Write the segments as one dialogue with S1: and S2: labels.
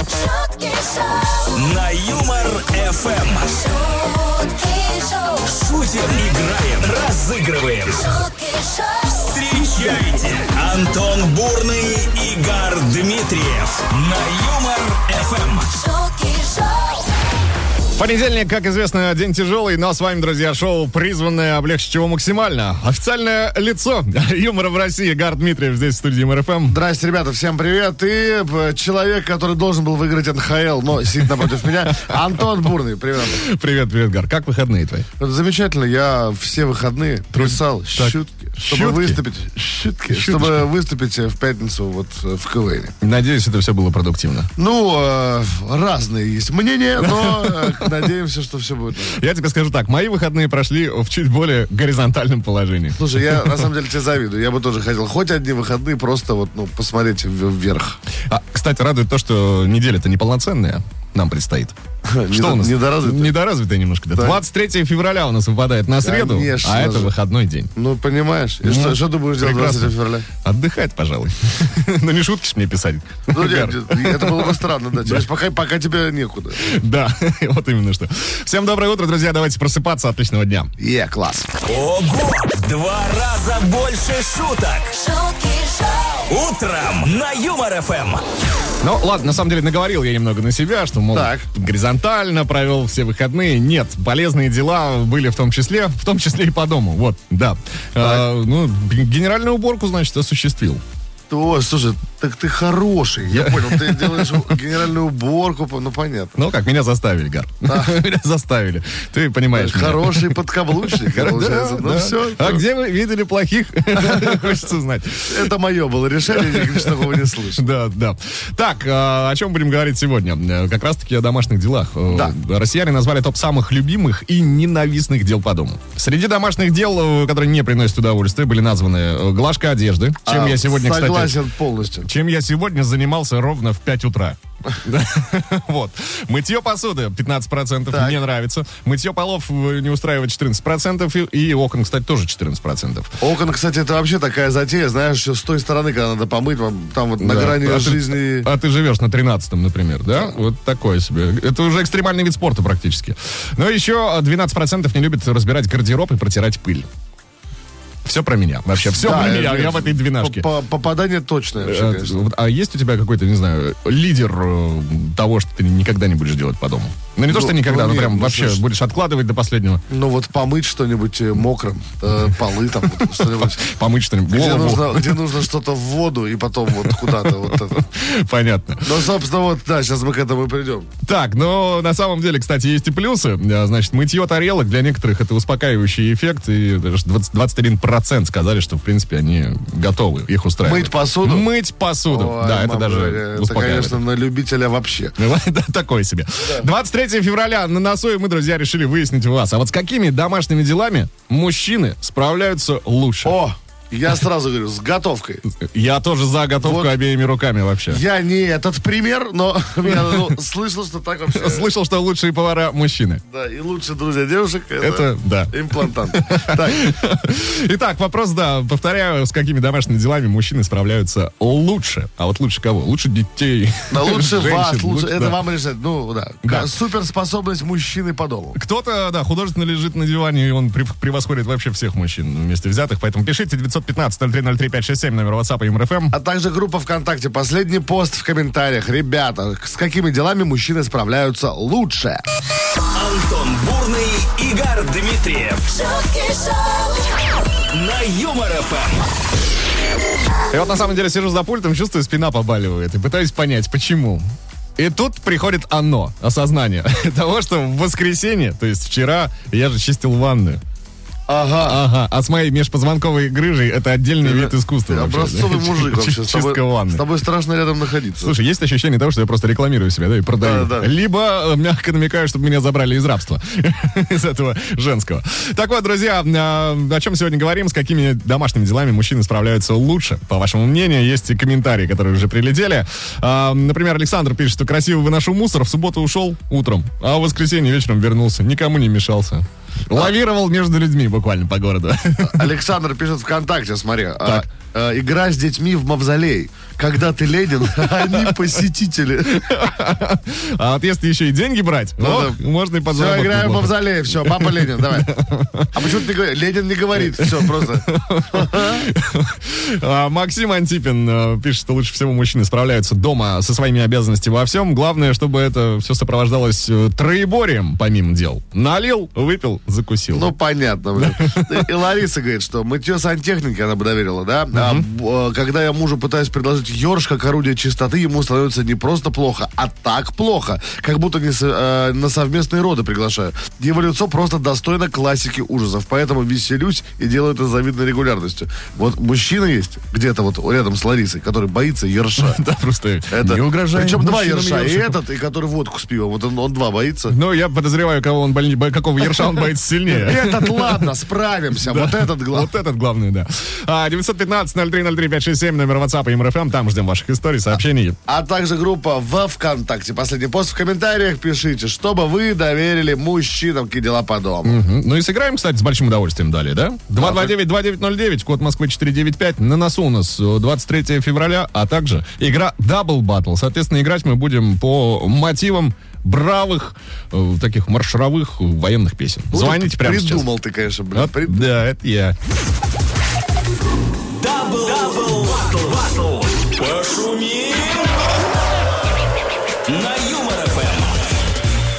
S1: Шутки шоу.
S2: На Юмор ФМ.
S1: Шутки шоу.
S2: Шутим, играем, разыгрываем.
S1: Шутки шоу.
S2: Встречайте Антон Бурный, Игорь Дмитриев на Юмор Эм. ФМ.
S1: Шутки шоу.
S3: Понедельник, как известно, день тяжелый, но с вами, друзья, шоу «Призванное облегчить его максимально». Официальное лицо юмора в России. Гар Дмитриев здесь, в студии Эм. МРФМ.
S4: Здрасте, ребята, всем привет. И э, человек, который должен был выиграть НХЛ, но сидит напротив меня, Антон Бурный, привет.
S3: Привет, привет, Гар. Как выходные твои?
S4: Замечательно, я все выходные писал шутки,
S3: Шутки?
S4: чтобы выступить, шутки, чтобы выступить э, в пятницу вот э, в КВН.
S3: Надеюсь, это все было продуктивно.
S4: Ну, э, разные есть мнения, но э, надеемся, что все будет. нормально.
S3: Я тебе скажу так, мои выходные прошли в чуть более горизонтальном положении.
S4: Слушай, я на самом деле тебе завидую. Я бы тоже хотел хоть одни выходные просто вот, ну, посмотреть в- вверх.
S3: А, кстати, радует то, что неделя-то неполноценная нам предстоит.
S4: Недо- недоразвитая.
S3: Недоразвитая немножко. да.
S4: Да.
S3: 23 февраля у нас выпадает на среду,
S4: Конечно
S3: а это
S4: же.
S3: выходной день.
S4: Ну, понимаешь? И что, что ты будешь делать
S3: Прекрасно.
S4: 20 февраля?
S3: Отдыхать, пожалуй. Ну, не шутки ж мне писать.
S4: Ну, нет,
S3: Гар.
S4: это было бы странно, да. Тебе ж пока, пока тебе некуда.
S3: Да, вот именно что. Всем доброе утро, друзья. Давайте просыпаться. Отличного дня.
S4: Е, класс.
S2: Ого! В Два раза больше шуток.
S1: Шутки шоу.
S2: Утром на Юмор Эм. ФМ.
S3: Ну, ладно, на самом деле наговорил я немного на себя, что, мол,
S4: Так.
S3: горизонтально провел все выходные. Нет, полезные дела были в том числе, в том числе и по дому. Вот, да. А, ну, генеральную уборку, значит, осуществил.
S4: О, слушай, так ты хороший. Я понял, ты делаешь генеральную уборку, по- ну понятно.
S3: Ну, как, меня заставили, Гар. Меня заставили. Ты понимаешь. меня.
S4: Хороший подкаблучник,
S3: Да,
S4: получается. Ну
S3: да.
S4: все.
S3: А где вы видели плохих? Хочется знать.
S4: Это мое было решение, я, конечно, такого не слышу.
S3: Да, да. Так, а, о чем будем говорить сегодня? Э, Как раз-таки о домашних делах. Э,
S4: Да.
S3: Россияне назвали топ самых любимых и ненавистных дел по дому. Среди домашних дел, э, которые не приносят удовольствия, были названы э, глажка одежды, чем
S4: А,
S3: я сегодня, кстати...
S4: Согласен полностью.
S3: Чем я сегодня занимался ровно в 5 утра. Да. Вот. Мытье посуды 15%
S4: Так.
S3: мне нравится. Мытье полов э, не устраивает 14%. И и окон, кстати, тоже 14%.
S4: Окон, кстати, это вообще такая затея, знаешь, что с той стороны, когда надо помыть, вам там вот на
S3: Да.
S4: грани
S3: А ты-
S4: жизни.
S3: а ты живешь на 13-м, например, да? Вот такое себе. Это уже экстремальный вид спорта практически. Но еще 12% не любит разбирать гардероб и протирать пыль. Все про меня. Вообще, все
S4: Да,
S3: про меня. Я в этой двенашке.
S4: по- по- Попадание точное вообще,
S3: Э,
S4: конечно.
S3: вот, А есть у тебя какой-то, не знаю, лидер э, того, что ты никогда не будешь делать по дому? Ну, не то,
S4: Ну,
S3: что никогда,
S4: ну,
S3: но
S4: нет,
S3: прям
S4: ну,
S3: вообще
S4: слушай.
S3: будешь откладывать до последнего.
S4: Ну вот помыть что-нибудь э, мокрым, э, полы там, вот что-нибудь.
S3: Помыть что-нибудь.
S4: Где
S3: голову.
S4: нужно, где нужно что-то в воду и потом вот куда-то вот это.
S3: Понятно.
S4: Ну, собственно, вот, да, сейчас мы к этому и придем.
S3: Так, но на самом деле, кстати, есть и плюсы. А, Значит, мытье тарелок для некоторых это успокаивающий эффект, и даже 20 21% сказали, что, в принципе, они готовы, их устраивает.
S4: Мыть посуду?
S3: Мыть посуду,
S4: Ой,
S3: Ну, да, это
S4: мама
S3: даже
S4: дорогая, Это,
S3: успокаивает.
S4: конечно, на любителя вообще.
S3: Да, такое себе. 23 февраля на носу, и мы, друзья, решили выяснить у вас. А вот с какими домашними делами мужчины справляются лучше?
S4: О, я сразу говорю, с готовкой.
S3: Я тоже за готовку
S4: Вот.
S3: обеими руками вообще.
S4: Я не этот пример, но я ну, слышал, что так вообще.
S3: Слышал, что лучшие повара мужчины.
S4: Да, и лучшие друзья девушек
S3: Это
S4: это,
S3: да.
S4: имплантант. Так,
S3: Итак, вопрос, да, повторяю, с какими домашними делами мужчины справляются лучше. А вот лучше кого? Лучше детей.
S4: да лучше
S3: женщин,
S4: вас, лучше, это
S3: да.
S4: вам решать. Ну, да.
S3: Да.
S4: Суперспособность мужчины по дому.
S3: Кто-то, да, художественно лежит на диване, и он прев- превосходит вообще всех мужчин вместе взятых. Поэтому пишите 915-0303-567, номер WhatsApp и МРФМ.
S4: А также группа ВКонтакте. Последний пост в комментариях. Ребята, с какими делами мужчины справляются лучше?
S2: Антон Бурный, Игорь Дмитриев
S1: Шутки шоу.
S2: на Юмор Эм. ФМ.
S3: Я вот на самом деле сижу за пультом, чувствую, спина побаливает. И пытаюсь понять, почему. И тут приходит оно, осознание того, что в воскресенье, то есть вчера, я же чистил ванную.
S4: Ага.
S3: Ага, а с моей межпозвонковой грыжей это отдельный вид искусства.
S4: Ты
S3: вообще.
S4: образцовый мужик вообще. С
S3: Чистка
S4: тобой,
S3: ванны.
S4: с тобой страшно рядом находиться.
S3: Слушай, есть ощущение того, что я просто рекламирую себя, да, и продаю.
S4: Да-да-да.
S3: Либо э, мягко намекаю, чтобы меня забрали из рабства, из этого женского. Так вот, друзья, э, о чем сегодня говорим, с какими домашними делами мужчины справляются лучше, по вашему мнению. Есть и комментарии, которые уже прилетели. Э, Например, Александр пишет, что красиво выношу мусор, в субботу ушел утром, а в воскресенье вечером вернулся, никому не мешался.
S4: А.
S3: Лавировал между людьми буквально по городу.
S4: Александр пишет ВКонтакте, смотри. а,
S3: Так.
S4: э, игра с детьми в мавзолей. Когда ты Ленин, а они посетители.
S3: А вот если еще и деньги брать,
S4: Ну
S3: ох,
S4: да.
S3: можно и
S4: Все,
S3: подзаработать.
S4: играем в
S3: неплохо.
S4: мавзолей, все, папа Ленин, давай. А почему ты не говоришь? Ленин не говорит, все, просто.
S3: А, Максим Антипин э, пишет, что лучше всего мужчины справляются дома со своими обязанностями во всем. Главное, чтобы это все сопровождалось э, троеборием, помимо дел. Налил, выпил, закусил.
S4: Ну, понятно, блин. И Лариса говорит, что мытье сантехники она бы доверила, да? А, б- э, когда я мужу пытаюсь предложить ерш как орудие чистоты, ему становится не просто плохо, а так плохо, как будто не со- э, на совместные роды приглашаю. Его лицо просто достойно классики ужасов, поэтому веселюсь и делаю это с завидной регулярностью. Вот мужчина есть где-то вот рядом с Ларисой, который боится ерша.
S3: Да, просто
S4: Это,
S3: не угрожает.
S4: Причем два ерша, и этот, и который водку с пивом. Вот он, он два боится.
S3: Ну, я подозреваю, кого он больни- бо- какого ерша он боится сильнее.
S4: Этот, ладно, справимся. Вот этот главный.
S3: Вот этот главный, да. А, 915-0303-567, номер WhatsApp и МРФМ. Там ждем ваших историй, сообщений.
S4: А также группа во ВКонтакте. Последний пост в комментариях пишите, чтобы вы доверили мужчинам какие дела по дому.
S3: Мгм. Ну и сыграем, кстати, с большим удовольствием далее, да? 229-2909, код Москвы 495. На носу у нас э, 23 февраля, а также игра Double Battle. Соответственно, играть мы будем по мотивам бравых, э, таких маршровых э, военных песен.
S4: Ну,
S3: Звоните
S4: ты
S3: прямо сейчас.
S4: Придумал ты, конечно, блин.
S3: Вот,
S4: Прид-
S3: Да, это я.
S2: Дабл, дабл, батл, батл. Пошумим. На Юмор Эм. ФМ.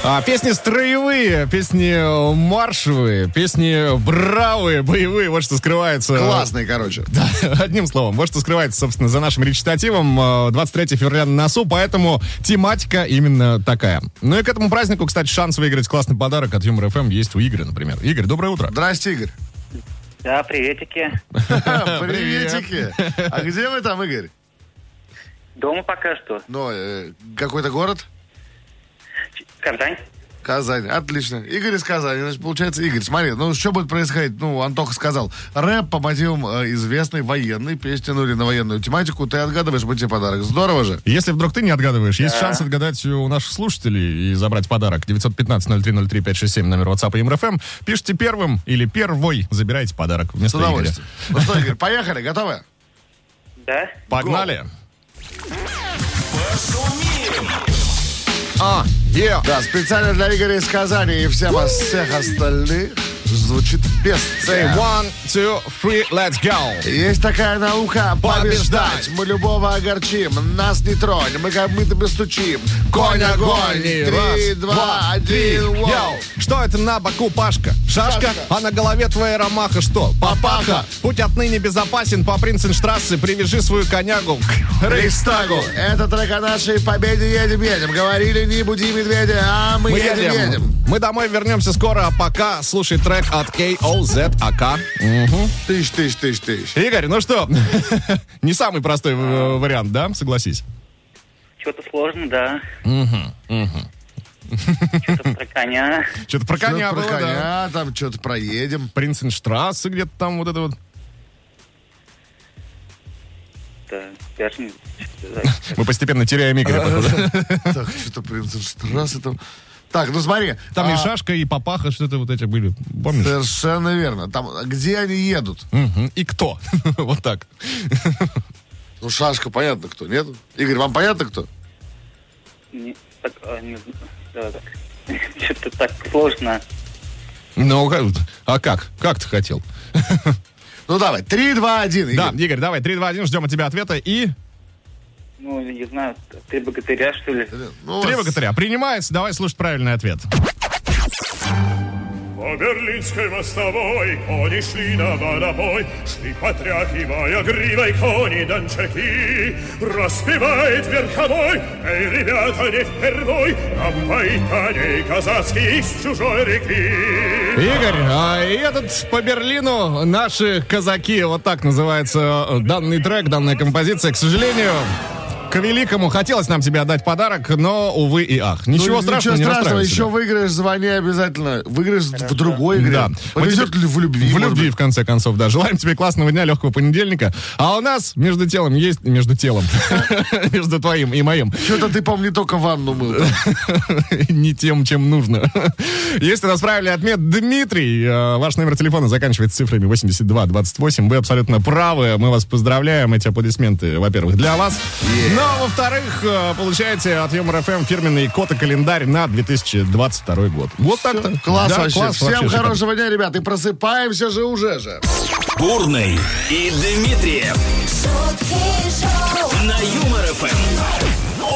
S3: А, песни строевые, песни э, маршевые, песни бравые, боевые. Вот что скрывается. э,
S4: Классный, короче.
S3: Да, одним словом, вот что скрывается, собственно, за нашим речитативом. Э, 23 февраля на носу, поэтому тематика именно такая. Ну и к этому празднику, кстати, шанс выиграть классный подарок от Юмор ФМ есть у Игоря, например. Игорь, доброе утро.
S4: Здрасте, Игорь.
S5: Да, приветики.
S4: Приветики. А где вы там, Игорь?
S5: Дома пока что.
S4: Ну, э, какой-то город?
S5: Казань.
S4: Казань. Отлично. Игорь из Казани. Значит, получается, Игорь, смотри, ну что будет происходить? Ну, Антоха сказал, рэп по мотивам э, известной военной песни, ну или на военную тематику, ты отгадываешь, мы тебе подарок. Здорово же.
S3: Если вдруг ты не отгадываешь, есть шанс отгадать у наших слушателей и забрать подарок. 915-0303-567, номер WhatsApp и МРФМ. Пишите первым или первой, забирайте подарок
S4: С
S3: вместо Игоря.
S4: удовольствием. Ну что, Игорь, поехали, готовы?
S5: Да?
S3: Погнали!
S2: Пошумим.
S3: А, е!
S4: Да, специально для Игоря из Казани и всем ос- всех остальных звучит без
S3: Say one, two, three, let's go!
S4: Есть такая наука побеждать. Мы любого огорчим, нас не тронь, мы как мы-то постучим. Конь огонь,
S3: И
S4: три, два, один,
S3: три.
S4: воу.
S3: Йоу. Что это на боку Пашка? Шашка?
S4: Шашка.
S3: А на голове твоя ромаха что? Папаха.
S4: Папаха.
S3: Путь отныне безопасен по Принценштрассе. Привяжи свою конягу к Рейхстагу.
S4: Это трек о нашей победе едем-едем. Говорили, не буди медведя, а мы
S3: Мы едем.
S4: едем-едем.
S3: Мы домой вернемся скоро, а пока слушай трек от KOZAK.
S4: Тыщ, тыщ, тыщ, тыщ.
S3: Игорь, ну что, не самый простой э, вариант, да? Согласись.
S5: Что-то сложно, да. Что-то про коня.
S3: Что-то про
S4: Что-то
S3: коня
S4: про
S3: было, да.
S4: коня, там что-то проедем.
S3: Принценштрассе где-то там вот это вот.
S5: Да, я ж не-
S3: Мы постепенно теряем Игоря. походу.
S4: Так, что-то Принценштрассе там. Так, ну смотри.
S3: Там и
S4: а,
S3: шашка, и папаха, что-то вот эти были. Помнишь?
S4: Совершенно верно. Там, а где они едут?
S3: Мгм. И кто? Вот так.
S4: Ну, Шашка, понятно, кто, нет? Игорь, вам понятно, кто?
S5: не- так, а, не знаю. Да, так. Что-то так сложно.
S3: Ну, как- а как? Как ты хотел?
S4: Ну, давай, 3, 2, 1, Игорь.
S3: Да, Игорь, давай, 3, 2, 1, ждем от тебя ответа. И
S5: Ну, не знаю, три богатыря, что ли?
S4: Ну,
S3: три
S4: вас-
S3: богатыря. Принимается, давай слушать правильный ответ.
S6: По Берлинской мостовой кони шли на водопой, Шли потряхивая гривой кони дончаки. Распевает верховой, эй, ребята, не впервой, Нам поить коней казацкий из чужой реки.
S3: Игорь, а и этот по Берлину наши казаки. Вот так называется э, данный трек, данная композиция. К сожалению, К великому хотелось нам тебе отдать подарок, но, увы и ах. Ничего
S4: Ну,
S3: страшного, не
S4: ничего страшного,
S3: расстраивайся.
S4: еще выиграешь, звони обязательно. Выиграешь в другой игре.
S3: Да.
S4: Повезет
S3: Мы
S4: ли в любви?
S3: В
S4: может
S3: любви,
S4: быть?
S3: в конце концов, да. Желаем тебе классного дня, легкого понедельника. А у нас между телом есть... Между телом. Между твоим и моим.
S4: Что-то ты, по мне, только ванну мыл.
S3: Не тем, чем нужно. Если нас правильный ответ Дмитрий, э, ваш номер телефона заканчивается цифрами 8228. Вы абсолютно правы. Мы вас поздравляем. Эти аплодисменты, во-первых, для вас. Но, во-вторых, э, получаете от Юмор ФМ фирменный кота календарь на 2022 год. Вот так-то.
S4: Класс
S3: Да,
S4: вообще.
S3: класс
S4: Всем
S3: вообще шикарно.
S4: хорошего дня, ребят. И просыпаемся же уже же.
S2: Бурный и Дмитриев
S1: шутки шоу,
S2: на Юмор ФМ.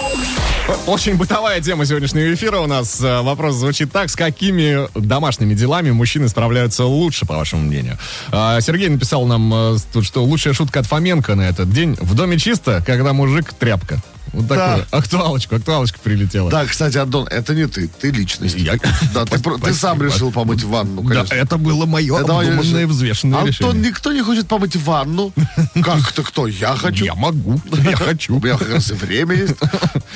S3: Очень бытовая тема сегодняшнего эфира у нас. Э, Вопрос звучит так. С какими домашними делами мужчины справляются лучше, по вашему мнению? А, Сергей написал нам э, тут, что лучшая шутка от Фоменко на этот день. В доме чисто, когда мужик тряпка. Вот такую актуалочку, актуалочка прилетела.
S4: Да, кстати, Антон, это не ты, ты личность.
S3: Я-
S4: Да, ты, про- ты сам решил помыть ванну,
S3: Да,
S4: конечно.
S3: это было мое
S4: Это мое
S3: обдуманное,
S4: решение.
S3: взвешенное
S4: Антон,
S3: решение.
S4: никто не хочет помыть ванну. Как-то кто? Я хочу.
S3: Я могу, я хочу.
S4: У меня как раз и время есть.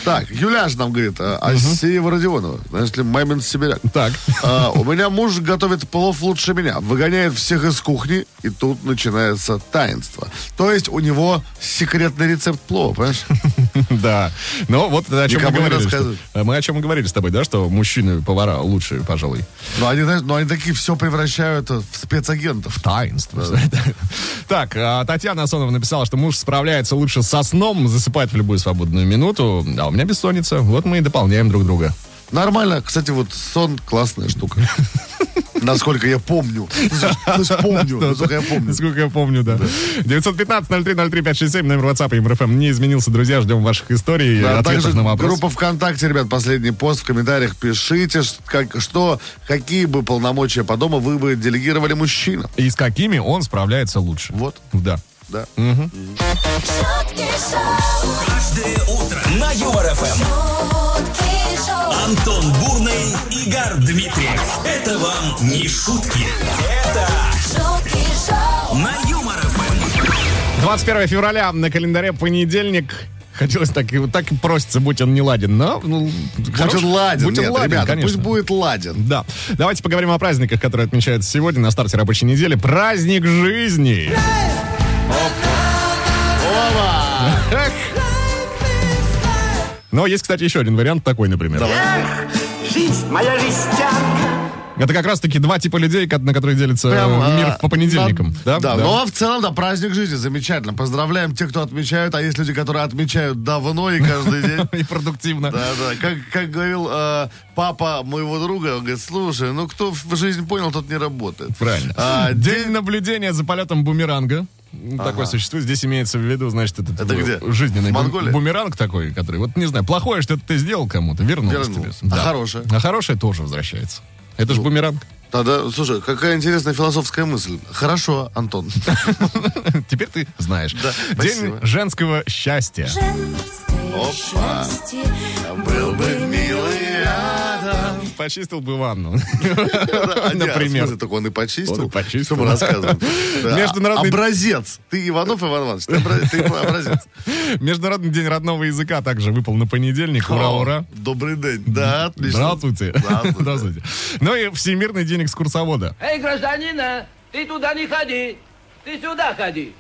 S4: Так, Юляш нам говорит, а, Асеева Родионова, знаешь ли, мамин сибиряк.
S3: Так.
S4: А, у меня муж готовит плов лучше меня, выгоняет всех из кухни, и тут начинается таинство. То есть у него секретный рецепт плова, понимаешь?
S3: Да. Ну, вот это о чем мы
S4: Никому не
S3: говорили. что-
S4: рассказывай.
S3: э, Мы о чем и говорили с тобой, да, что мужчины-повара лучше, пожалуй.
S4: Но они, знаешь, но они такие все превращают в спецагентов.
S3: таинство. Так, а, Татьяна Асонова написала, что муж справляется лучше со сном, засыпает в любую свободную минуту, а у меня бессонница. Вот мы и дополняем друг друга.
S4: Нормально. Кстати, вот сон классная штука. Насколько я помню. Ну, Слушай, слушай, Помню, насколько я помню.
S3: Сколько я помню, да. 915-0303-567, номер WhatsApp и МРФМ не изменился. Друзья, ждем ваших историй и
S4: Да,
S3: ответов
S4: также
S3: на вопросы.
S4: группа ВКонтакте, ребят, последний пост в комментариях. Пишите, ш- как, что, какие бы полномочия по дому вы бы делегировали мужчинам.
S3: И с какими он справляется лучше.
S4: Вот.
S3: Да.
S4: Да.
S1: шутки шоу,
S2: Каждое утро на Юмор ФМ.
S1: шутки шоу,
S2: Антон Бурный, Игорь Дмитриев. Это вам не шутки. Это
S1: шутки шоу,
S2: на Юмор ФМ.
S3: 21 февраля на календаре понедельник. Хотелось так, и вот так и просится, будь он не ладен, но... Ну,
S4: Будь
S3: хорош-
S4: он ладен,
S3: будь он
S4: нет,
S3: ладен,
S4: ребята,
S3: конечно.
S4: пусть будет ладен.
S3: Да. Давайте поговорим о праздниках, которые отмечаются сегодня на старте рабочей недели. Праздник жизни.
S4: Опа!
S3: Эх. Но есть, кстати, еще один вариант такой, например.
S7: Жизнь, моя жестянка.
S3: Это как раз-таки два типа людей, ко- на которые делится э,
S4: Прям, а,
S3: мир по понедельникам.
S4: на- Да, но в целом, да, праздник жизни, замечательно. Поздравляем тех, кто отмечают, а есть люди, которые отмечают давно и каждый день.
S3: И продуктивно.
S4: Да, да. Как, как говорил э, папа моего друга, он говорит, слушай, ну кто в жизни понял, тот не работает.
S3: Правильно.
S4: А,
S3: День наблюдения за полетом бумеранга. Такой существует. Здесь имеется в виду, значит, этот
S4: Это
S3: э,
S4: где?
S3: жизненный
S4: В
S3: бу-
S4: Монголии?
S3: бумеранг такой, который, вот не знаю, плохое что-то ты сделал кому-то, вернулось
S4: Вернулось.
S3: тебе.
S4: А хорошее? Ну.
S3: А хорошее тоже возвращается. Это же бумеранг.
S4: Тогда, слушай, какая интересная философская мысль. Хорошо, Антон.
S3: Теперь ты знаешь. День
S4: спасибо.
S3: женского счастья.
S1: женское счастье,
S4: Был бы милый рядом.
S3: Почистил бы ванну.
S4: Например.
S3: Например.
S4: а только он и почистил.
S3: Он и почистил.
S4: Что мы рассказываем? Да. а
S3: Международный-
S4: Образец. Ты Иванов, Иван Иванович, ты обра- ты образец.
S3: Международный день родного языка также выпал на понедельник. Ура, ура.
S4: Добрый день. Да, отлично.
S3: Здравствуйте.
S4: Здравствуйте.
S3: Здравствуйте. Ну и Всемирный день экскурсовода.
S8: Эй, гражданина, ты туда не ходи, ты сюда ходи.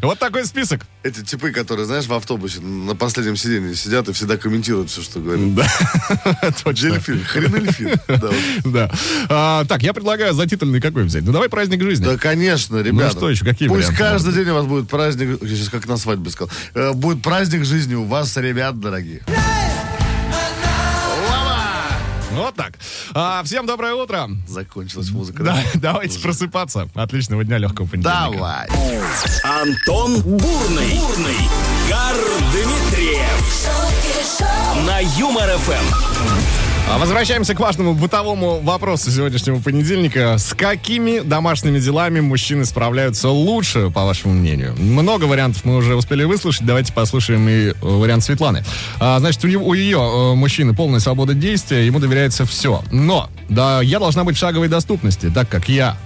S3: Вот такой список.
S4: Эти типы, которые, знаешь, в автобусе на последнем сиденье сидят и всегда комментируют все, что говорят.
S3: Да. Точно.
S4: Дельфин, хрен дельфин. Да, вот.
S3: Да. А, Так, я предлагаю за титульный какой взять? Ну давай праздник жизни.
S4: Да, конечно, ребята.
S3: Ну что еще, какие
S4: Пусть
S3: варианты
S4: каждый день у вас будет праздник, я сейчас как на свадьбе сказал, Э, будет праздник жизни у вас, ребят, дорогие.
S3: Ну, Вот так. А, Всем доброе утро.
S4: Закончилась музыка.
S3: Да, давайте просыпаться. Отличного дня, легкого понедельника.
S4: Давай.
S2: Антон Бурный. Бурный. Игорь Дмитриев
S1: шутки шоу,
S2: на Юмор ФМ.
S3: А Возвращаемся к важному бытовому вопросу сегодняшнего понедельника. С какими домашними делами мужчины справляются лучше, по вашему мнению? Много вариантов мы уже успели выслушать. Давайте послушаем и э, вариант Светланы. А, значит, у, него- у ее э, мужчины полная свобода действия, ему доверяется все. Но да, я должна быть в шаговой доступности, так как я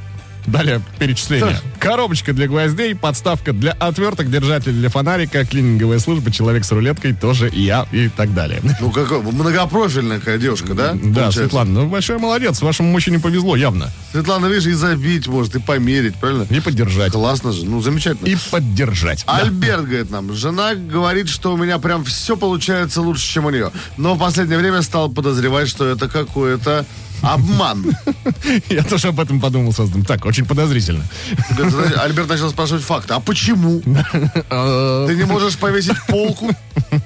S3: Далее перечисление.
S4: Саша.
S3: Коробочка для гвоздей, подставка для отверток, держатель для фонарика, клининговая служба, человек с рулеткой, тоже я и так далее.
S4: Ну, какой, многопрофильная какая девушка, да?
S3: Да,
S4: получается?
S3: Светлана, ну большой молодец, вашему мужчине повезло явно.
S4: Светлана, видишь, и забить может, и померить, правильно?
S3: И поддержать.
S4: Классно же, ну, замечательно.
S3: И поддержать.
S4: А?
S3: Да.
S4: Альберт говорит нам, жена говорит, что у меня прям все получается лучше, чем у нее. Но в последнее время стал подозревать, что это какой-то обман.
S3: Я тоже об этом подумал создан. Так, очень подозрительно.
S4: Говорит, знаете, Альберт начал спрашивать факты. А почему? Ты не можешь повесить полку?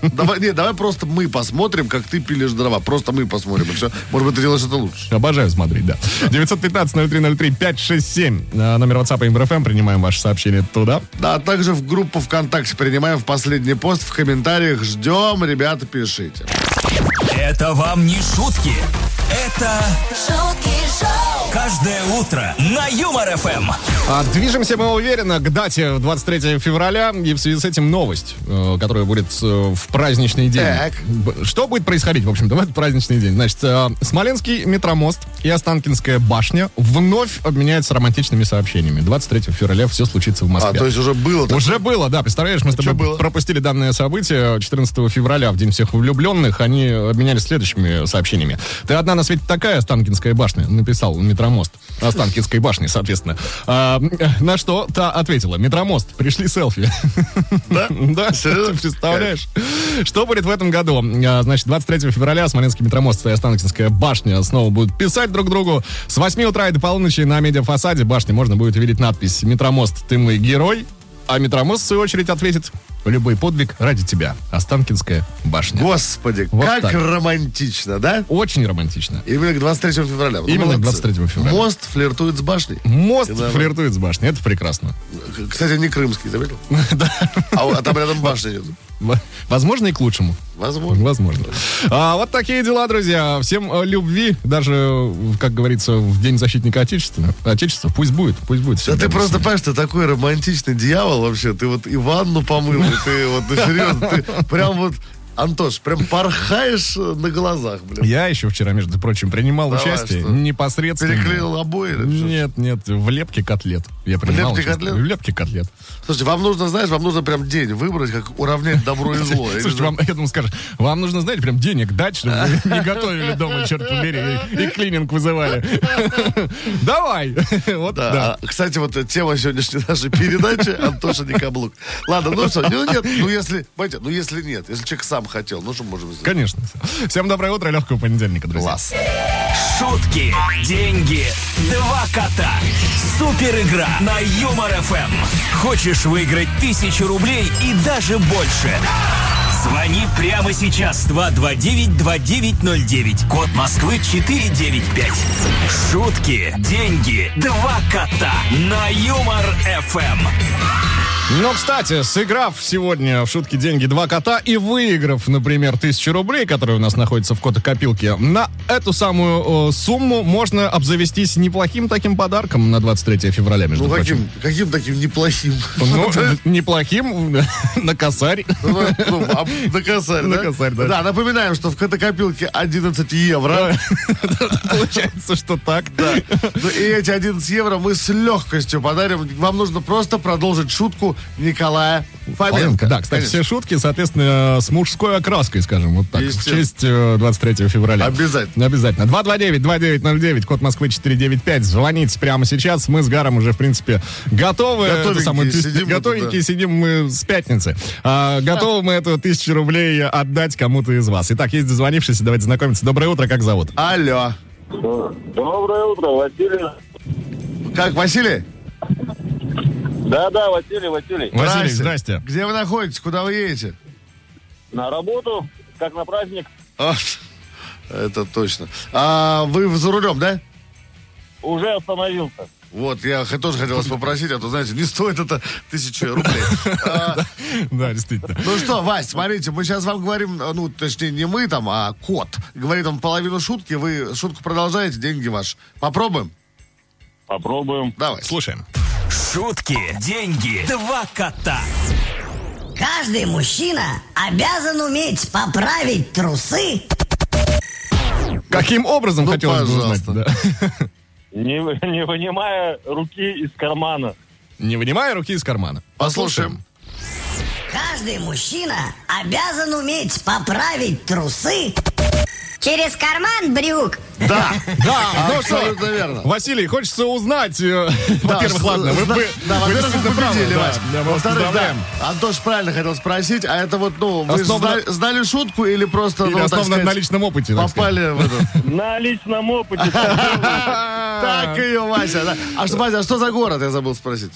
S4: Давай, не, давай просто мы посмотрим, как ты пилишь дрова. Просто мы посмотрим. и всё. Может быть, ты делаешь это лучше.
S3: Обожаю смотреть, да. 915-0303-567. Э, Номер WhatsApp и МРФМ. Принимаем ваши сообщения туда.
S4: Да, а также в группу ВКонтакте принимаем в последний пост. В комментариях ждем. Ребята, пишите.
S2: Это вам не шутки. Это
S1: шутки шоу,
S2: каждое утро на Юмор ФМ.
S3: А, Движемся мы уверенно к дате 23 февраля. И в связи с этим новость, э, которая будет э, в праздничный день.
S4: Так.
S3: Б- Что будет происходить, в общем-то, в этот праздничный день? Значит, э, Смоленский метромост и Останкинская башня вновь обменяются романтичными сообщениями. 23 февраля все случится в
S4: А,
S3: Москве.
S4: то есть уже было так.
S3: Уже было, да, представляешь, мы с тобой
S4: было?
S3: пропустили данное событие 14 февраля, в День всех влюбленных, они обменялись следующими сообщениями. Ты одна на свете такая, Останкинская башня, написал Метромост. Останкинской башни, соответственно. А, на что та ответила, Метромост, пришли селфи. Да? Да,
S4: Серьезно?
S3: ты представляешь? Что будет в этом году? А, Значит, 23 февраля Смоленский метромост и Останкинская башня снова будут писать друг другу. С 8 утра и до полуночи на медиафасаде башни можно будет увидеть надпись «Метромост, ты мой герой», а метромост, в свою очередь, ответит «Любой подвиг ради тебя. Останкинская башня».
S4: Господи,
S3: Вот
S4: как
S3: так.
S4: романтично, да?
S3: Очень романтично.
S4: Именно к 23 февраля. Ну,
S3: Именно к
S4: молодцы.
S3: 23 февраля.
S4: Мост флиртует с башней.
S3: Мост
S4: Да.
S3: флиртует с башней, это прекрасно.
S4: К- Кстати, не крымский, заметил? А, вот- а там рядом башня идет.
S3: В- Возможно, и к лучшему.
S4: Возможно.
S3: Возможно. А, вот такие дела, друзья. Всем э, любви, даже, э, как говорится, в День защитника Отечества. Отечества пусть будет, пусть будет.
S4: Да
S3: всегда
S4: ты просто
S3: с
S4: понимаешь, ты такой романтичный дьявол вообще. Ты вот и ванну помыл, и ты вот, ну серьезно, ты прям вот, Антош, прям порхаешь э, на глазах,
S3: нами.
S4: блин.
S3: Я еще вчера, между прочим, принимал
S4: Давай,
S3: участие
S4: что?
S3: непосредственно.
S4: Переклеил обои или что?
S3: Нет, нет, в лепке котлет. Я принимал
S4: лепке
S3: участие.
S4: котлет?
S3: В лепке котлет.
S4: Слушайте, вам нужно, знаешь, вам нужно прям день выбрать, как уравнять добро и зло. Я не
S3: Слушайте,
S4: знаю.
S3: вам, я думаю, скажешь, вам нужно, знаете, прям денег дать, чтобы вы не готовили дома, черт побери, и, и клининг вызывали. Давай. Вот,
S4: Да.
S3: да.
S4: а, Кстати, вот э, тема сегодняшней нашей передачи Антоша не каблук. Ладно, ну что, ну нет, ну если, понимаете, ну если нет, если человек сам хотел, ну что мы можем сделать?
S3: Конечно. Всем доброе утро, легкого понедельника, друзья.
S4: Класс.
S2: Шутки, деньги, два кота. Супер игра на Юмор ФМ. Хочешь выиграть тысячу рублей и даже больше? Звони прямо сейчас 229-2909, код Москвы 495. Шутки, деньги, два кота на Юмор ФМ.
S3: Но, Ну, кстати, сыграв сегодня в шутке деньги два кота и выиграв, например, тысячу рублей, которые у нас находятся в копилке, на эту самую э, сумму можно обзавестись неплохим таким подарком на 23 февраля, между
S4: Ну
S3: прочим.
S4: каким, каким таким неплохим?
S3: Ну, неплохим на косарь.
S4: Ну, ну, а, На косарь, да?
S3: На косарь, да.
S4: Да, напоминаем, что в катакопилке 11 евро.
S3: Получается, что так.
S4: Ну, И эти 11 евро мы с легкостью подарим. Вам нужно просто продолжить шутку Николая Фоменко.
S3: Поленко, да, кстати, все
S4: Конечно.
S3: шутки, соответственно, с мужской окраской, скажем, вот так, в
S4: Естественно.
S3: честь э, 23 февраля.
S4: Обязательно.
S3: Обязательно. 229-2909, код Москвы 495. Звоните прямо сейчас. Мы с Гаром уже, в принципе, готовы.
S4: Готовенькие
S3: Это самое, ты-
S4: сидим мы тут,
S3: готовенькие
S4: да.
S3: сидим мы с пятницы. А, готовы мы эту тысячу рублей отдать кому-то из вас. Итак, есть дозвонившийся, давайте знакомиться. Доброе утро, как зовут?
S4: Алло.
S9: Доброе утро, Василий.
S4: Как, Василий?
S9: Да-да, Василий, Василий.
S3: Василий, здрасте.
S4: Где вы находитесь? Куда вы едете?
S9: На работу, как на праздник.
S4: А, Это точно. А вы за рулем, да?
S9: Уже остановился.
S4: Вот, я х- тоже хотел вас попросить, а то, знаете, не стоит это тысячи рублей. А,
S3: Да, действительно.
S4: Ну что, Вась, смотрите, мы сейчас вам говорим, э, ну, точнее, не мы там, а кот. Говорит вам половину шутки, вы шутку продолжаете, деньги ваши. Попробуем?
S9: Попробуем.
S4: Давай.
S3: Слушаем.
S2: Шутки, деньги, два кота.
S10: Каждый мужчина обязан уметь поправить трусы
S3: Каким образом
S4: Ну,
S3: хотелось бы узнать?
S4: пожалуйста.
S3: да?
S9: не, вы- не вынимая руки из кармана.
S3: Не вынимая руки из кармана. Послушаем.
S10: Каждый мужчина обязан уметь поправить трусы через карман брюк.
S4: Да,
S3: Да, ну что,
S4: абсолютно верно.
S3: Василий, хочется узнать, э, во-первых,
S4: что-
S3: ладно, вы,
S4: зна-
S3: вы-
S4: да,
S3: вы
S4: во-первых,
S3: действительно
S4: вы
S3: правы,
S4: победили,
S3: да,
S4: Вась.
S3: да, мы вас
S4: Во-вторых, да,
S3: поздравляем.
S4: Антош правильно хотел спросить, а это вот, ну, вы
S3: Основано-
S4: зна- знали шутку или просто,
S3: Или
S4: ну, так
S3: основано
S4: сказать,
S3: на личном опыте, так сказать.
S4: попали в этот...
S9: На личном опыте.
S4: Так ее, Вася. да. А что, Вася, а что за город, я забыл спросить?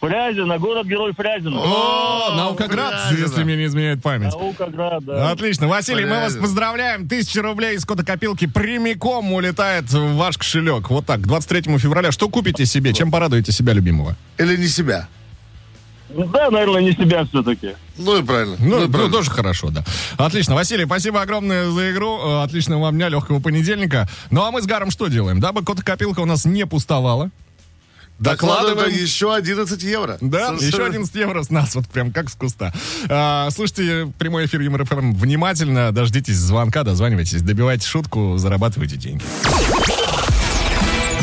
S9: Фрязино, город-герой Фрязино.
S3: О, Наукоград,
S4: Фрязино.
S3: если мне не изменяет память.
S9: Ну, Наукоград, да.
S3: Отлично. Василий, мы вас
S4: Фрязино.
S3: поздравляем. Тысяча рублей из копилки прямиком улетает в ваш кошелек. Вот так, к 23 февраля. Что купите себе? Чем порадуете себя любимого?
S4: Или не себя?
S9: Ну, Да, наверное, не себя все-таки.
S4: Ну и правильно.
S3: Ну,
S4: и
S3: ну,
S4: правильно.
S3: тоже хорошо, да. Отлично. Василий, спасибо огромное за игру. Э, Отличного вам дня, легкого понедельника. Ну, а мы с Гаром что делаем? Дабы кота-копилка у нас не пустовала.
S4: Докладываем
S3: докладываем.
S4: еще 11 евро.
S3: Да,
S4: Слушай,
S3: еще 11 евро с нас, вот прям как с куста. А, слушайте прямой эфир Юмор ФМ внимательно, дождитесь звонка, дозванивайтесь, добивайте шутку, зарабатывайте деньги.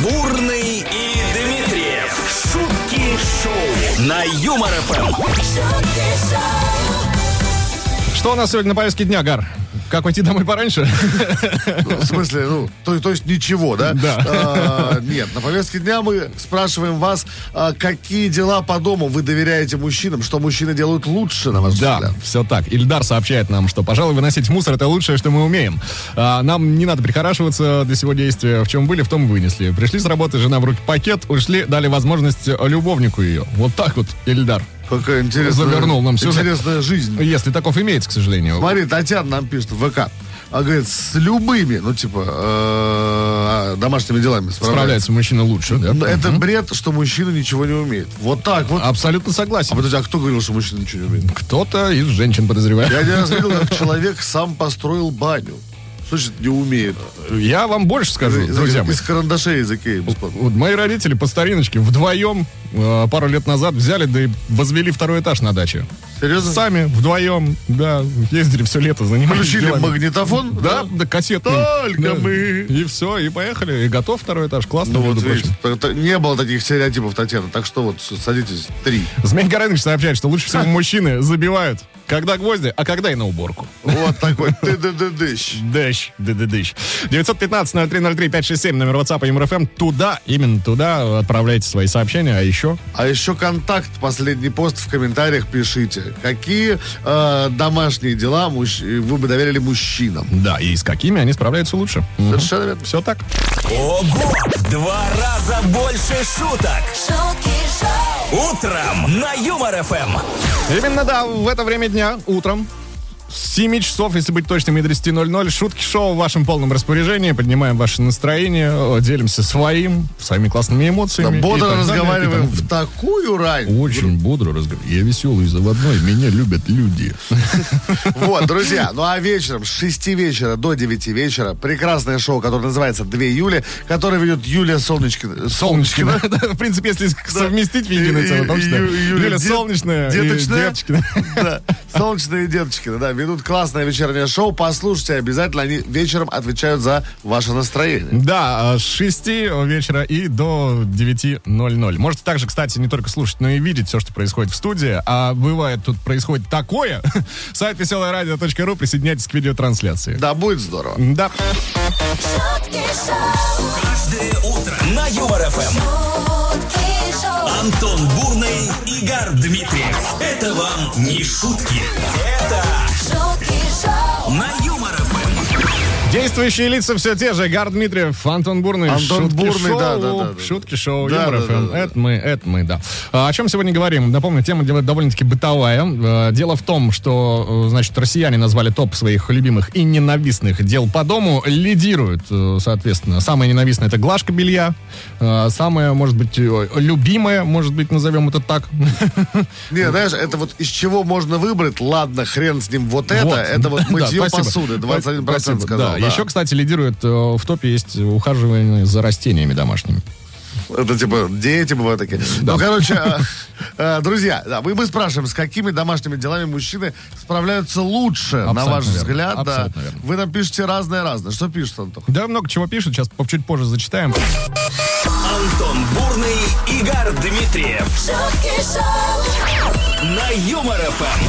S2: Бурный и Дмитриев. Шутки шоу на Юмор ФМ.
S1: шутки шоу,
S3: Что у нас сегодня на повестке дня, Гар? Как уйти домой пораньше?
S4: ну, В смысле, ну, то, то есть ничего, да?
S3: Да.
S4: А, нет, на повестке дня мы спрашиваем вас, а, какие дела по дому вы доверяете мужчинам, что мужчины делают лучше, на ваш
S3: Да,
S4: взгляд.
S3: все так. Ильдар сообщает нам, что, пожалуй, выносить мусор это лучшее, что мы умеем. А, нам не надо прихорашиваться до сего действия. В чем были, в том вынесли. Пришли с работы, жена в руки пакет, ушли, дали возможность любовнику ее. Вот так вот, Ильдар.
S4: Какая интересная,
S3: Завернул нам сюжет.
S4: интересная жизнь.
S3: Если таков имеется, к сожалению.
S4: Смотри, Татьяна нам пишет в ВК. А говорит, с любыми, ну, типа, э, домашними делами справляется.
S3: Справляется мужчина лучше, да?
S4: Но Это бред, что мужчина ничего не умеет. Вот так вот. А,
S3: Абсолютно согласен.
S4: подожди, а кто говорил, что мужчина ничего не умеет?
S3: Кто-то из женщин подозревает.
S4: Я один раз видел, как человек сам построил баню. Что значит не умеет?
S3: Я вам больше скажу,
S4: Из-
S3: друзья мои.
S4: Из карандашей из Икеи бесплатно.
S3: Вот мои родители по стариночке вдвоем э, пару лет назад взяли, да и возвели второй этаж на даче.
S4: Серьезно?
S3: Сами вдвоем, да, ездили все лето, занимались
S4: Включили
S3: делами.
S4: магнитофон?
S3: Да, да, кассетный.
S4: Только
S3: Да.
S4: мы.
S3: И все, и поехали. И готов второй этаж. Классно,
S4: Ну вот,
S3: между
S4: видишь,
S3: прочим.
S4: т- т- не было таких стереотипов, Татьяна. Так что вот, с- садитесь, три.
S3: Змей Горыныч сообщает, что лучше всего мужчины забивают, когда гвозди, а когда и на уборку.
S4: Вот такой ты-ды-ды-дыщ.
S3: Дыщ, дыдыдыщ. 915-0303-567, номер WhatsApp и МРФМ. Туда, именно туда отправляйте свои сообщения, а еще...
S4: А еще контакт, последний пост в комментариях пишите. Какие э, домашние дела мужч- вы бы доверили мужчинам?
S3: Да, и с какими они справляются лучше.
S4: Совершенно верно.
S3: Все так.
S2: Ого! Два раза больше шуток.
S1: шутки шоу,
S2: Утром на Юмор ФМ.
S3: Именно, да, в это время дня, утром, с 7 часов, если быть точным, и 30.00, шутки шоу в вашем полном распоряжении. Поднимаем ваше настроение, э, делимся своим, своими классными эмоциями. и
S4: бодро
S3: так далее, и тому
S4: разговариваем
S3: подобное.
S4: в такую рань.
S3: Очень бодро разговариваю. Я веселый, заводной, меня любят люди.
S4: Вот, друзья, ну а вечером с 6 вечера до 9 вечера прекрасное шоу, которое называется «Две Юли», которое ведет Юлия Солнечкина.
S3: Солнечки, да? Да, В принципе, если совместить
S4: И-
S3: Вегина и
S4: и-
S3: Цену, потому
S4: и-
S3: что
S4: Ю- Юля
S3: Юля
S4: Дед-
S3: Солнечная и
S4: Деточная.
S3: Деточкина.
S4: Да, Солнечные деточки, да, ведут классное вечернее шоу. Послушайте обязательно, они вечером отвечают за ваше настроение.
S3: Да, а, с 6 вечера и до 9.00. Можете также, кстати, не только слушать, но и видеть все, что происходит в студии. А бывает, тут происходит такое. Сайт веселорадио.ру, присоединяйтесь к видеотрансляции.
S4: Да, будет здорово.
S3: Да.
S1: шутки шоу,
S2: Каждое утро на Юмор ФМ.
S1: шутки шоу,
S2: Антон Бурный, Игорь Дмитриев. Это вам не шутки. Это
S1: шутки шоу,
S2: на Юмор ФМ.
S3: Действующие лица все те же. Гар Дмитриев, Антон Бурный,
S4: Антон
S3: Шутки
S4: Бурный,
S3: шоу,
S4: да, да, да, да.
S3: Шутки шоу,
S4: Да,
S3: Юмор
S4: да,
S3: ФМ.
S4: да, да, да.
S3: Это мы, это мы, да. А, о чем сегодня говорим? Напомню, тема дела- довольно-таки бытовая. Э, Дело в том, что, э, значит, россияне назвали топ своих любимых и ненавистных дел по дому. Лидируют, э, соответственно. Самое ненавистное это глажка белья. Э, Самое, может быть, э, любимое, может быть, назовем это так.
S4: Не, знаешь, это вот из чего можно выбрать, ладно, хрен с ним, вот это,
S3: Вот.
S4: это вот мытье
S3: Да, спасибо.
S4: посуды, 21%
S3: Спасибо, да.
S4: сказал. да.
S3: Еще, кстати, лидирует э, в топе есть ухаживание за растениями домашними.
S4: Это типа дети бывают такие.
S3: Да.
S4: Ну, короче, а, Э, Друзья, да, мы, мы спрашиваем, с какими домашними делами мужчины справляются лучше, на
S3: Абсолютно
S4: ваш
S3: верно.
S4: взгляд. да.
S3: Абсолютно верно.
S4: Вы нам пишете разное-разное. Что пишет Антох?
S3: Да, много чего пишут, сейчас по- чуть позже зачитаем.
S2: Антон Бурный, Игорь Дмитриев
S1: шутки шоу,
S2: на Юмор ФМ.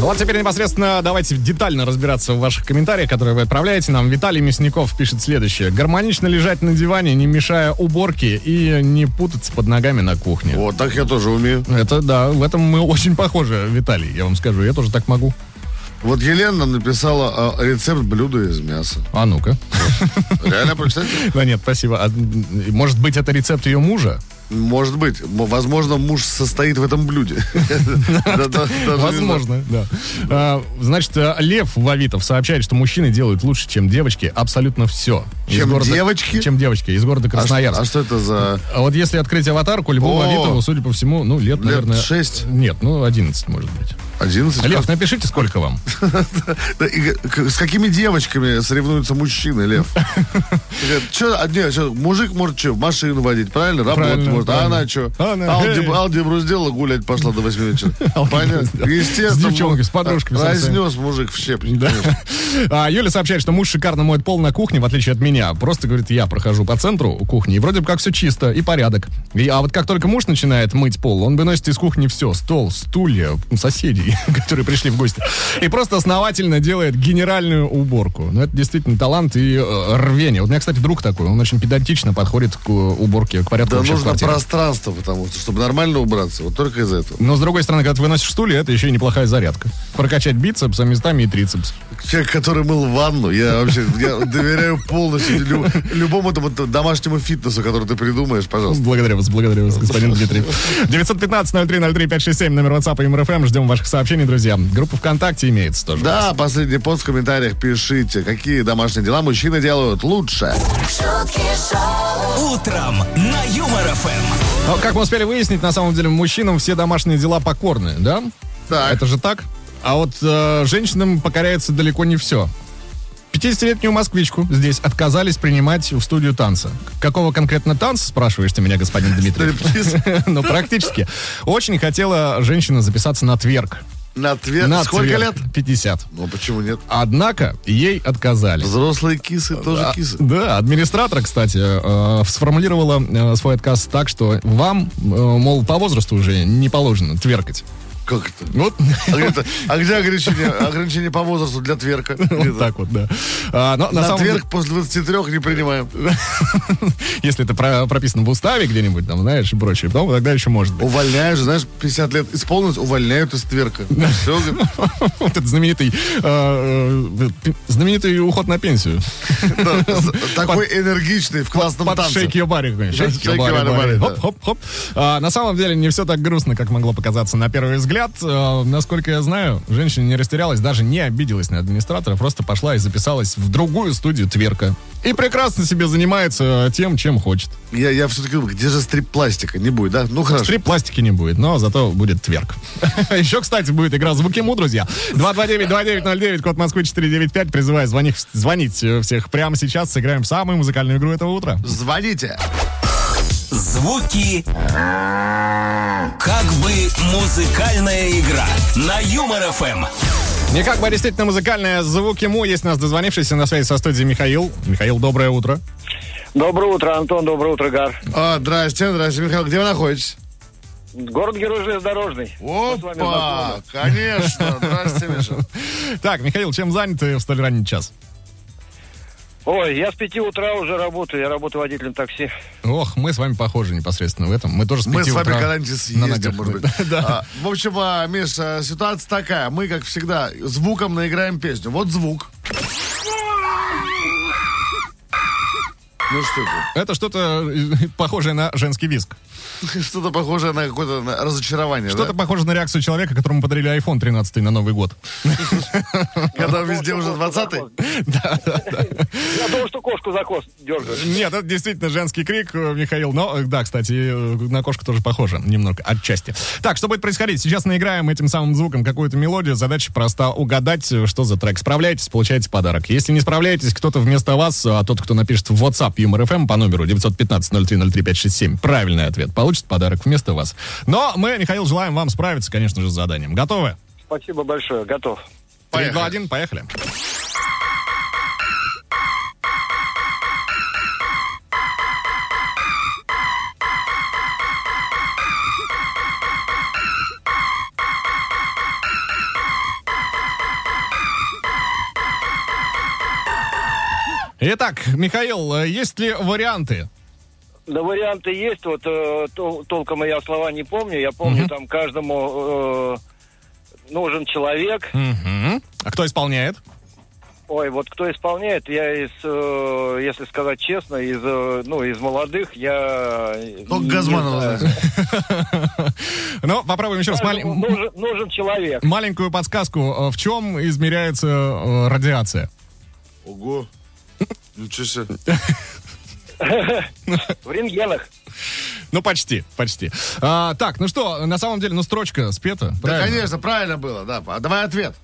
S3: Ну вот теперь непосредственно давайте детально разбираться в ваших комментариях, которые вы отправляете нам. Виталий Мясников пишет следующее. Гармонично лежать на диване, не мешая уборке и не путаться под ногами на кухне.
S4: Вот так я тоже умею.
S3: Это да, в этом мы очень похожи, Виталий, я вам скажу. Я тоже так могу.
S4: Вот Елена нам написала э, рецепт блюда из мяса.
S3: А ну-ка.
S4: Реально прочитать?
S3: Да нет, спасибо. А, м, может быть, это рецепт ее мужа?
S4: Может быть. М- Возможно, муж состоит в этом блюде. Да, да, да,
S3: Возможно, да. А, Значит, э, Лев Вавитов сообщает, что мужчины делают лучше, чем девочки, абсолютно все.
S4: Чем девочки?
S3: Чем девочки, из города
S4: А ш-
S3: Красноярск.
S4: А что это за...
S3: А вот если открыть аватарку, Льву
S4: О!
S3: Авитову, судя по всему, ну, лет,
S4: Лет
S3: наверное...
S4: шесть?
S3: Нет, ну, 11, может быть.
S4: 11?
S3: Лев, напишите, сколько вам.
S4: Да, и к- С какими девочками соревнуются мужчины, Лев? Говорят, «Чё, а, не, чё, мужик может что, машину водить, правильно? Работать
S3: Правильно,
S4: может. А
S3: правильно.
S4: она что?
S3: Она, эй.
S4: Алгебру сделала, гулять пошла до 8 вечера.
S3: Алгебру
S4: Понятно.
S3: сделала.
S4: Естественно.
S3: С девчонкой, с подружками, с
S4: Разнес мужик в щепки.
S3: Да.
S4: конечно.
S3: А, Юля сообщает, что муж шикарно моет пол на кухне, в отличие от меня. Просто, говорит, я прохожу по центру кухни, и вроде бы как все чисто и порядок. И- а вот как только муж начинает мыть пол, он выносит из кухни все. Стол, стулья, соседей, которые пришли в гости. И просто основательно делает генеральную уборку. Ну, это действительно талант и э, рвение. Вот у меня, кстати, друг такой, он очень педантично подходит к э, уборке, к порядку
S4: Да
S3: вообще в
S4: нужно
S3: квартире.
S4: пространство, потому что, чтобы нормально убраться, вот только из-за этого.
S3: Но, с другой стороны, когда ты выносишь стулья, это еще и неплохая зарядка. Прокачать бицепс, а местами и трицепс.
S4: Человек, который мыл ванну, я вообще я доверяю полностью лю- любому этому т- домашнему фитнесу, который ты придумаешь, пожалуйста.
S3: Благодарю вас, благодарю вас, господин Дмитрий. 915-0303-567, номер WhatsApp и МРФМ. Ждем ваших сообщений, друзья. Группа ВКонтакте имеется тоже.
S4: Да, последний пост в комментариях пишите, какие домашние дела мужчины делают лучше.
S1: шутки шоу,
S2: Утром на Юмор ФМ.
S3: Но, Ну, как мы успели выяснить, на самом деле мужчинам все домашние дела покорны, да?
S4: Так.
S3: Это же так? А вот э, женщинам покоряется далеко не все. 50-летнюю москвичку здесь отказались принимать в студию танца. Какого конкретно танца, спрашиваешь ты меня, господин Дмитрий? Ну, практически. Очень хотела женщина записаться на тверк.
S4: На ответ.
S3: На
S4: Сколько
S3: тверк.
S4: лет?
S3: 50.
S4: Ну, почему нет?
S3: Однако ей отказали.
S4: Взрослые кисы тоже
S3: А,
S4: кисы.
S3: Да, администратора, кстати, э, сформулировала э, свой отказ так, что вам, э, мол, по возрасту уже не положено тверкать.
S4: Как это?
S3: Вот,
S4: А где, это- а где ограничение, ограничение по возрасту для тверка? Где
S3: вот
S4: это?
S3: так вот, да. А, но на
S4: На
S3: самом деле,
S4: тверк после 23 не принимаем.
S3: если это про- прописано в уставе где-нибудь, там, знаешь, и прочее, потом тогда еще может быть.
S4: Увольняешь, знаешь, 50 лет исполнилось, увольняют из тверка. Все,
S3: Вот этот знаменитый, э, э, пи- знаменитый уход на пенсию.
S4: Да, с- такой энергичный в классном
S3: Под
S4: танце.
S3: Shake Your Body, конечно.
S4: Shake your body, body, да.
S3: Хоп, хоп, хоп. А, на самом деле не все так грустно, как могло показаться на первый взгляд. А, насколько я знаю, женщина не растерялась, даже не обиделась на администратора, просто пошла и записалась в другую студию Тверка. И прекрасно себе занимается а, тем, чем хочет.
S4: Я, я все-таки думаю, где же стрип-пластика? Не будет, да? Ну, хорошо.
S3: Три пластики не будет, но зато будет тверк. Еще, кстати, будет игра «Звуки Му», друзья. 229-2909, код Москвы 495. Призываю звони- звонить э, всех прямо сейчас. Сыграем в самую музыкальную игру этого утра.
S4: Звоните.
S2: Звуки. Как бы музыкальная игра на Юмор ФМ.
S3: Не как бы действительно музыкальные звуки Му. Есть у нас дозвонившийся на связи со студией Михаил. Михаил, доброе утро.
S9: Доброе утро, Антон. Доброе утро, Гар.
S4: А, здрасте, здрасте, Михаил, где вы находитесь?
S9: Город-герой железнодорожный. Мы с вами
S4: Опа,
S9: знакомы.
S4: конечно, здрасте, Миша.
S3: Так, Михаил, чем заняты в столь ранний час?
S9: Ой, я с пяти утра уже работаю. Я работаю водителем такси.
S3: Ох, мы с вами похожи непосредственно в этом. Мы тоже с
S4: Мы
S3: пяти
S4: с вами
S3: утра
S4: когда-нибудь
S3: на
S4: съездим,
S3: ногах.
S4: может быть.
S3: Да.
S4: А, в общем, а, Миш, а, ситуация такая. Мы, как всегда, звуком наиграем песню. Вот звук. Ну что это?
S3: Это что-то э, похожее на женский виск.
S4: Что-то похожее на какое-то на разочарование,
S3: Что-то
S4: да?
S3: похоже на реакцию человека, которому подарили iPhone 13 на Новый год.
S4: Когда везде уже 20-й.
S9: Я думал, А что кошку за хвост дергаешь.
S3: Нет, это действительно женский крик, э, Михаил. Но, э, да, кстати, э, на кошку тоже похоже немного, отчасти. Так, что будет происходить? Сейчас наиграем этим самым звуком какую-то мелодию. Задача проста — угадать, э, что за трек. Справляетесь, получаете подарок. Если не справляетесь, кто-то э, вместо вас, а тот, кто напишет в WhatsApp Юмор ФМ по номеру 915 03 03 567, правильный ответ, лет получит подарок вместо вас. Но мы, Михаил, желаем вам справиться, конечно же, с заданием. Готовы?
S9: Спасибо большое, готов.
S3: Три, два, один, поехали. Итак, Михаил, э, есть ли варианты?
S9: Да варианты есть, вот э, тол- толком я слова не помню, я помню там каждому э, нужен человек.
S3: Мгм. А кто исполняет?
S9: Ой, вот кто исполняет, я из, э, если сказать честно, из э, ну из молодых я. э,
S4: Ну,
S9: не
S4: Газманова,
S9: знаю.
S3: Ну, попробуем еще раз мали-
S9: Каждому нужен, нужен человек.
S3: маленькую подсказку. Э, В чем измеряется э, радиация?
S4: Ого. Ничего себе.
S9: В рентгенах.
S3: Ну, почти, почти. А, так, ну что, на самом деле, ну, строчка спета,
S4: Да,
S3: правильно?
S4: конечно, правильно было, да. А давай ответ.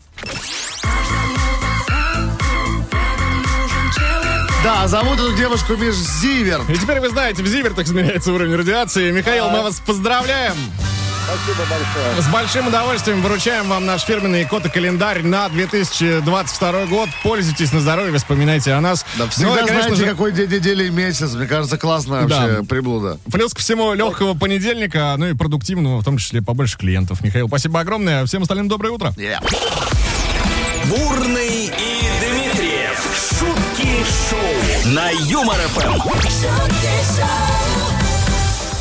S4: Да, зовут эту девушку Миш Зивер.
S3: И теперь вы знаете, в зивертах измеряется уровень радиации. Михаил, мы вас поздравляем!
S9: Спасибо большое.
S3: С большим удовольствием вручаем вам наш фирменный кот и календарь на 2022 год. Пользуйтесь на здоровье, вспоминайте о нас.
S4: Да всегда
S3: Ну и, конечно
S4: знаете,
S3: же,
S4: какой день недели и месяц. Мне кажется, классная вообще
S3: Да.
S4: приблуда.
S3: Плюс ко всему легкого понедельника, ну и продуктивного, в том числе побольше клиентов. Михаил, спасибо огромное. Всем остальным доброе утро.
S4: Yeah.
S2: Бурный и Дмитриев. Шутки шоу на Юмор ФМ.
S1: шутки шоу,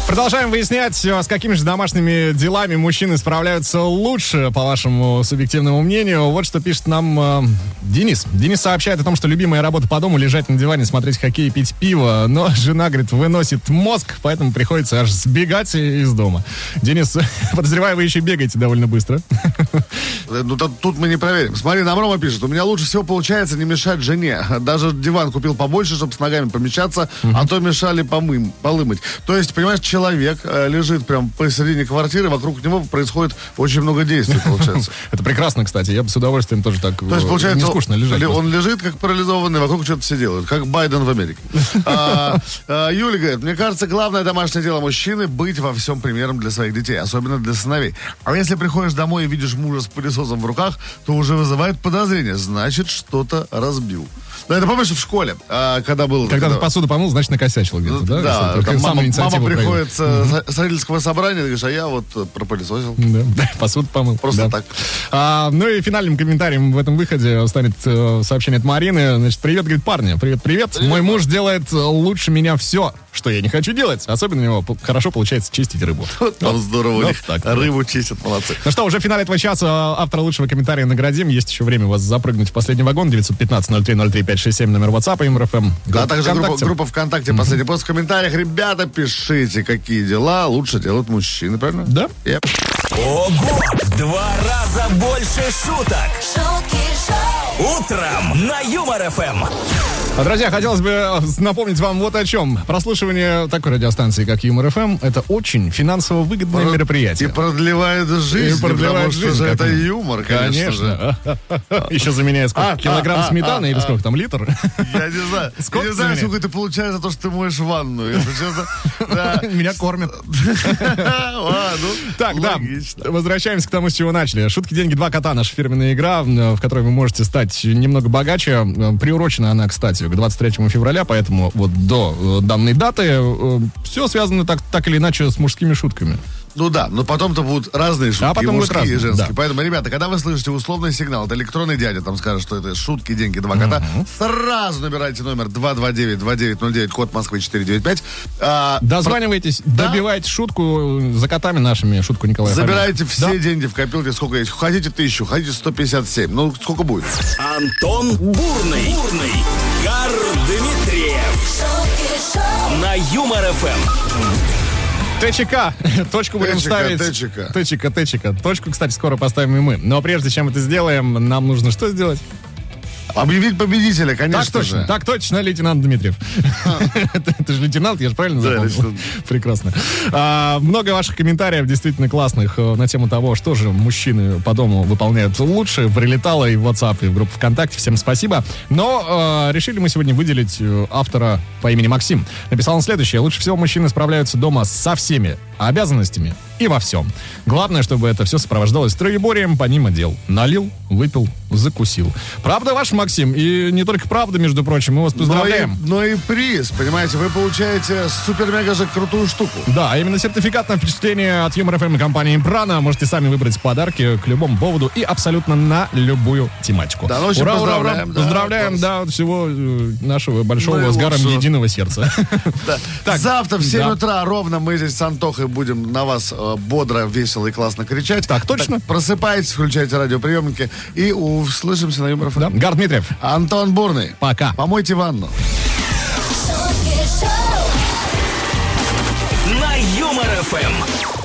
S3: Продолжаем выяснять, э, с какими же домашними делами мужчины справляются лучше, по вашему субъективному мнению. Вот что пишет нам э, Денис. Денис сообщает о том, что любимая работа по дому лежать на диване, смотреть хоккей, пить пиво. Но жена, говорит, выносит мозг, поэтому приходится аж сбегать и- из дома. Денис, подозреваю, вы еще бегаете довольно быстро.
S4: Ну, тут, тут мы не проверим. Смотри, нам Рома пишет. У меня лучше всего получается не мешать жене. Даже диван купил побольше, чтобы с ногами помещаться, а то мешали помым, полымыть. То есть, понимаешь, человек э, лежит прям посередине квартиры, вокруг него происходит очень много действий, получается.
S3: Это прекрасно, кстати. Я бы с удовольствием тоже так... э,
S4: То есть, получается,
S3: Ну, не скучно
S4: он,
S3: лежать.
S4: ли-
S3: просто.
S4: он лежит как парализованный, вокруг что-то все делают, как Байден в Америке. А, а, Юля говорит, мне кажется, главное домашнее дело мужчины быть во всем примером для своих детей, особенно для сыновей. А если приходишь домой и видишь мужа с пылесосом в руках, то уже вызывает подозрение, значит, что-то разбил. Да, это помнишь в школе, а, когда был...
S3: Когда ты посуду помыл, значит, накосячил где-то, да?
S4: Да,
S3: Если ты
S4: там
S3: сам
S4: мама,
S3: инициативу
S4: мама
S3: проявил.
S4: приходит с, с родительского собрания, ты говоришь, а я вот э, пропылесосил.
S3: Да, да, посуду помыл.
S4: Просто
S3: да.
S4: так.
S3: А, ну и финальным комментарием в этом выходе станет э, сообщение от Марины. Значит, привет, говорит, парни, привет, привет. Мой муж делает лучше меня все, что я не хочу делать. Особенно у него п- хорошо получается чистить рыбу.
S4: Вот там здорово, у
S3: вот
S4: них
S3: так вот.
S4: рыбу чистят, молодцы.
S3: Ну что, уже в финале этого часа а, автора лучшего комментария наградим. Есть еще время вас запрыгнуть в последний вагон. 915-0303-567, номер WhatsApp и эм. МРФМ.
S4: Да, а также группа, группа ВКонтакте. Последний пост в комментариях. Ребята, пишите, какие дела лучше делают мужчины, правильно?
S3: Да.
S4: Yep.
S2: Ого! В Два раза больше шуток.
S1: шутки шоу,
S2: Утром на Юмор ФМ.
S3: А, Друзья, хотелось бы э, напомнить вам вот о чем. Прослушивание такой радиостанции, как Юмор ФМ, это очень финансово
S4: Э,
S3: выгодное мероприятие.
S4: И продлевает жизнь,
S3: И продлевает
S4: потому что
S3: жизнь,
S4: же
S3: как
S4: это
S3: мы.
S4: юмор, конечно,
S3: Еще заменяет сколько?
S4: А,
S3: Килограмм
S4: а, а,
S3: сметаны
S4: а,
S3: или сколько там? Литр?
S4: же. Я не знаю.
S3: Сколько
S4: я не знаю,
S3: заменяет?
S4: сколько ты получаешь за то, что ты моешь ванну. Если честно. Да.
S3: Меня кормят.
S4: А, ну,
S3: Так, да,
S4: логично.
S3: возвращаемся к тому, с чего начали. Шутки, деньги, два кота, наша фирменная игра, э, в которой вы можете стать немного богаче. Э, Приурочена она, кстати, к 23 февраля, поэтому вот до э, данной даты все связано так, так или иначе с мужскими шутками.
S4: Ну да, но потом-то будут разные шутки,
S3: А потом
S4: и
S3: будут
S4: мужские,
S3: разные,
S4: и женские.
S3: да.
S4: Поэтому, ребята, когда вы слышите условный сигнал, это электронный дядя там скажет, что это шутки, деньги, два кота, сразу набирайте номер 229-2909, код Москвы 495. А,
S3: Дозванивайтесь,
S4: Да.
S3: добивайте шутку э, за котами нашими, шутку Николая Фомина.
S4: Забирайте все
S3: Да.
S4: деньги в копилке, сколько есть. Хотите тысячу, хотите 157. Ну, сколько будет?
S2: Антон Бурный. Бурный. Гар Дмитриев.
S1: шутки шоу,
S2: На Юмор Эм. ФМ.
S3: ТЧК. Точку будем
S4: ТЧК,
S3: ставить.
S4: ТЧК.
S3: ТЧК, ТЧК. Точку, кстати, скоро поставим и мы. Но прежде чем это сделаем, нам нужно что сделать?
S4: Объявить победителя, конечно
S3: Так точно,
S4: же. А.
S3: так точно, лейтенант Дмитриев. Ты- Ты же лейтенант, я же правильно
S4: Да,
S3: запомнил?
S4: лейтенант.
S3: Прекрасно. А, Много ваших комментариев действительно классных э, на тему того, что же мужчины по дому выполняют лучше. Прилетало и в WhatsApp, и в группу ВКонтакте. Всем спасибо. Но э, решили мы сегодня выделить э, автора по имени Максим. Написал он следующее. Лучше всего мужчины справляются дома со всеми обязанностями и во всем. Главное, чтобы это все сопровождалось троеборием помимо дел. Налил, выпил, закусил. Правда ваш, Максим? И не только правда, между прочим, мы вас
S4: Но и,
S3: поздравляем.
S4: но и приз, понимаете, вы получаете супер-мега же крутую штуку.
S3: Да, а именно сертификат на впечатление от Юмор ФМ компании Импрана. Можете сами выбрать подарки к любому поводу и абсолютно на любую тематику.
S4: Да, ну, в общем,
S3: ура, ура, ура.
S4: поздравляем, да,
S3: Поздравляем, да, от всего э, нашего большого
S4: Ну и
S3: с гаром
S4: лучшего.
S3: единого сердца. Так,
S4: Завтра в 7
S3: да.
S4: утра ровно мы здесь с Антохой будем на вас э, бодро, весело и классно кричать.
S3: Так, точно.
S4: просыпайтесь, включайте радиоприемники и услышимся на Юмор
S3: Да,
S4: ФМ.
S3: Гар Дмитриев,
S4: Антон Бурный.
S3: пока.
S4: Помойте ванну.
S1: шутки шоу.
S2: На Юмор Эм. ФМ.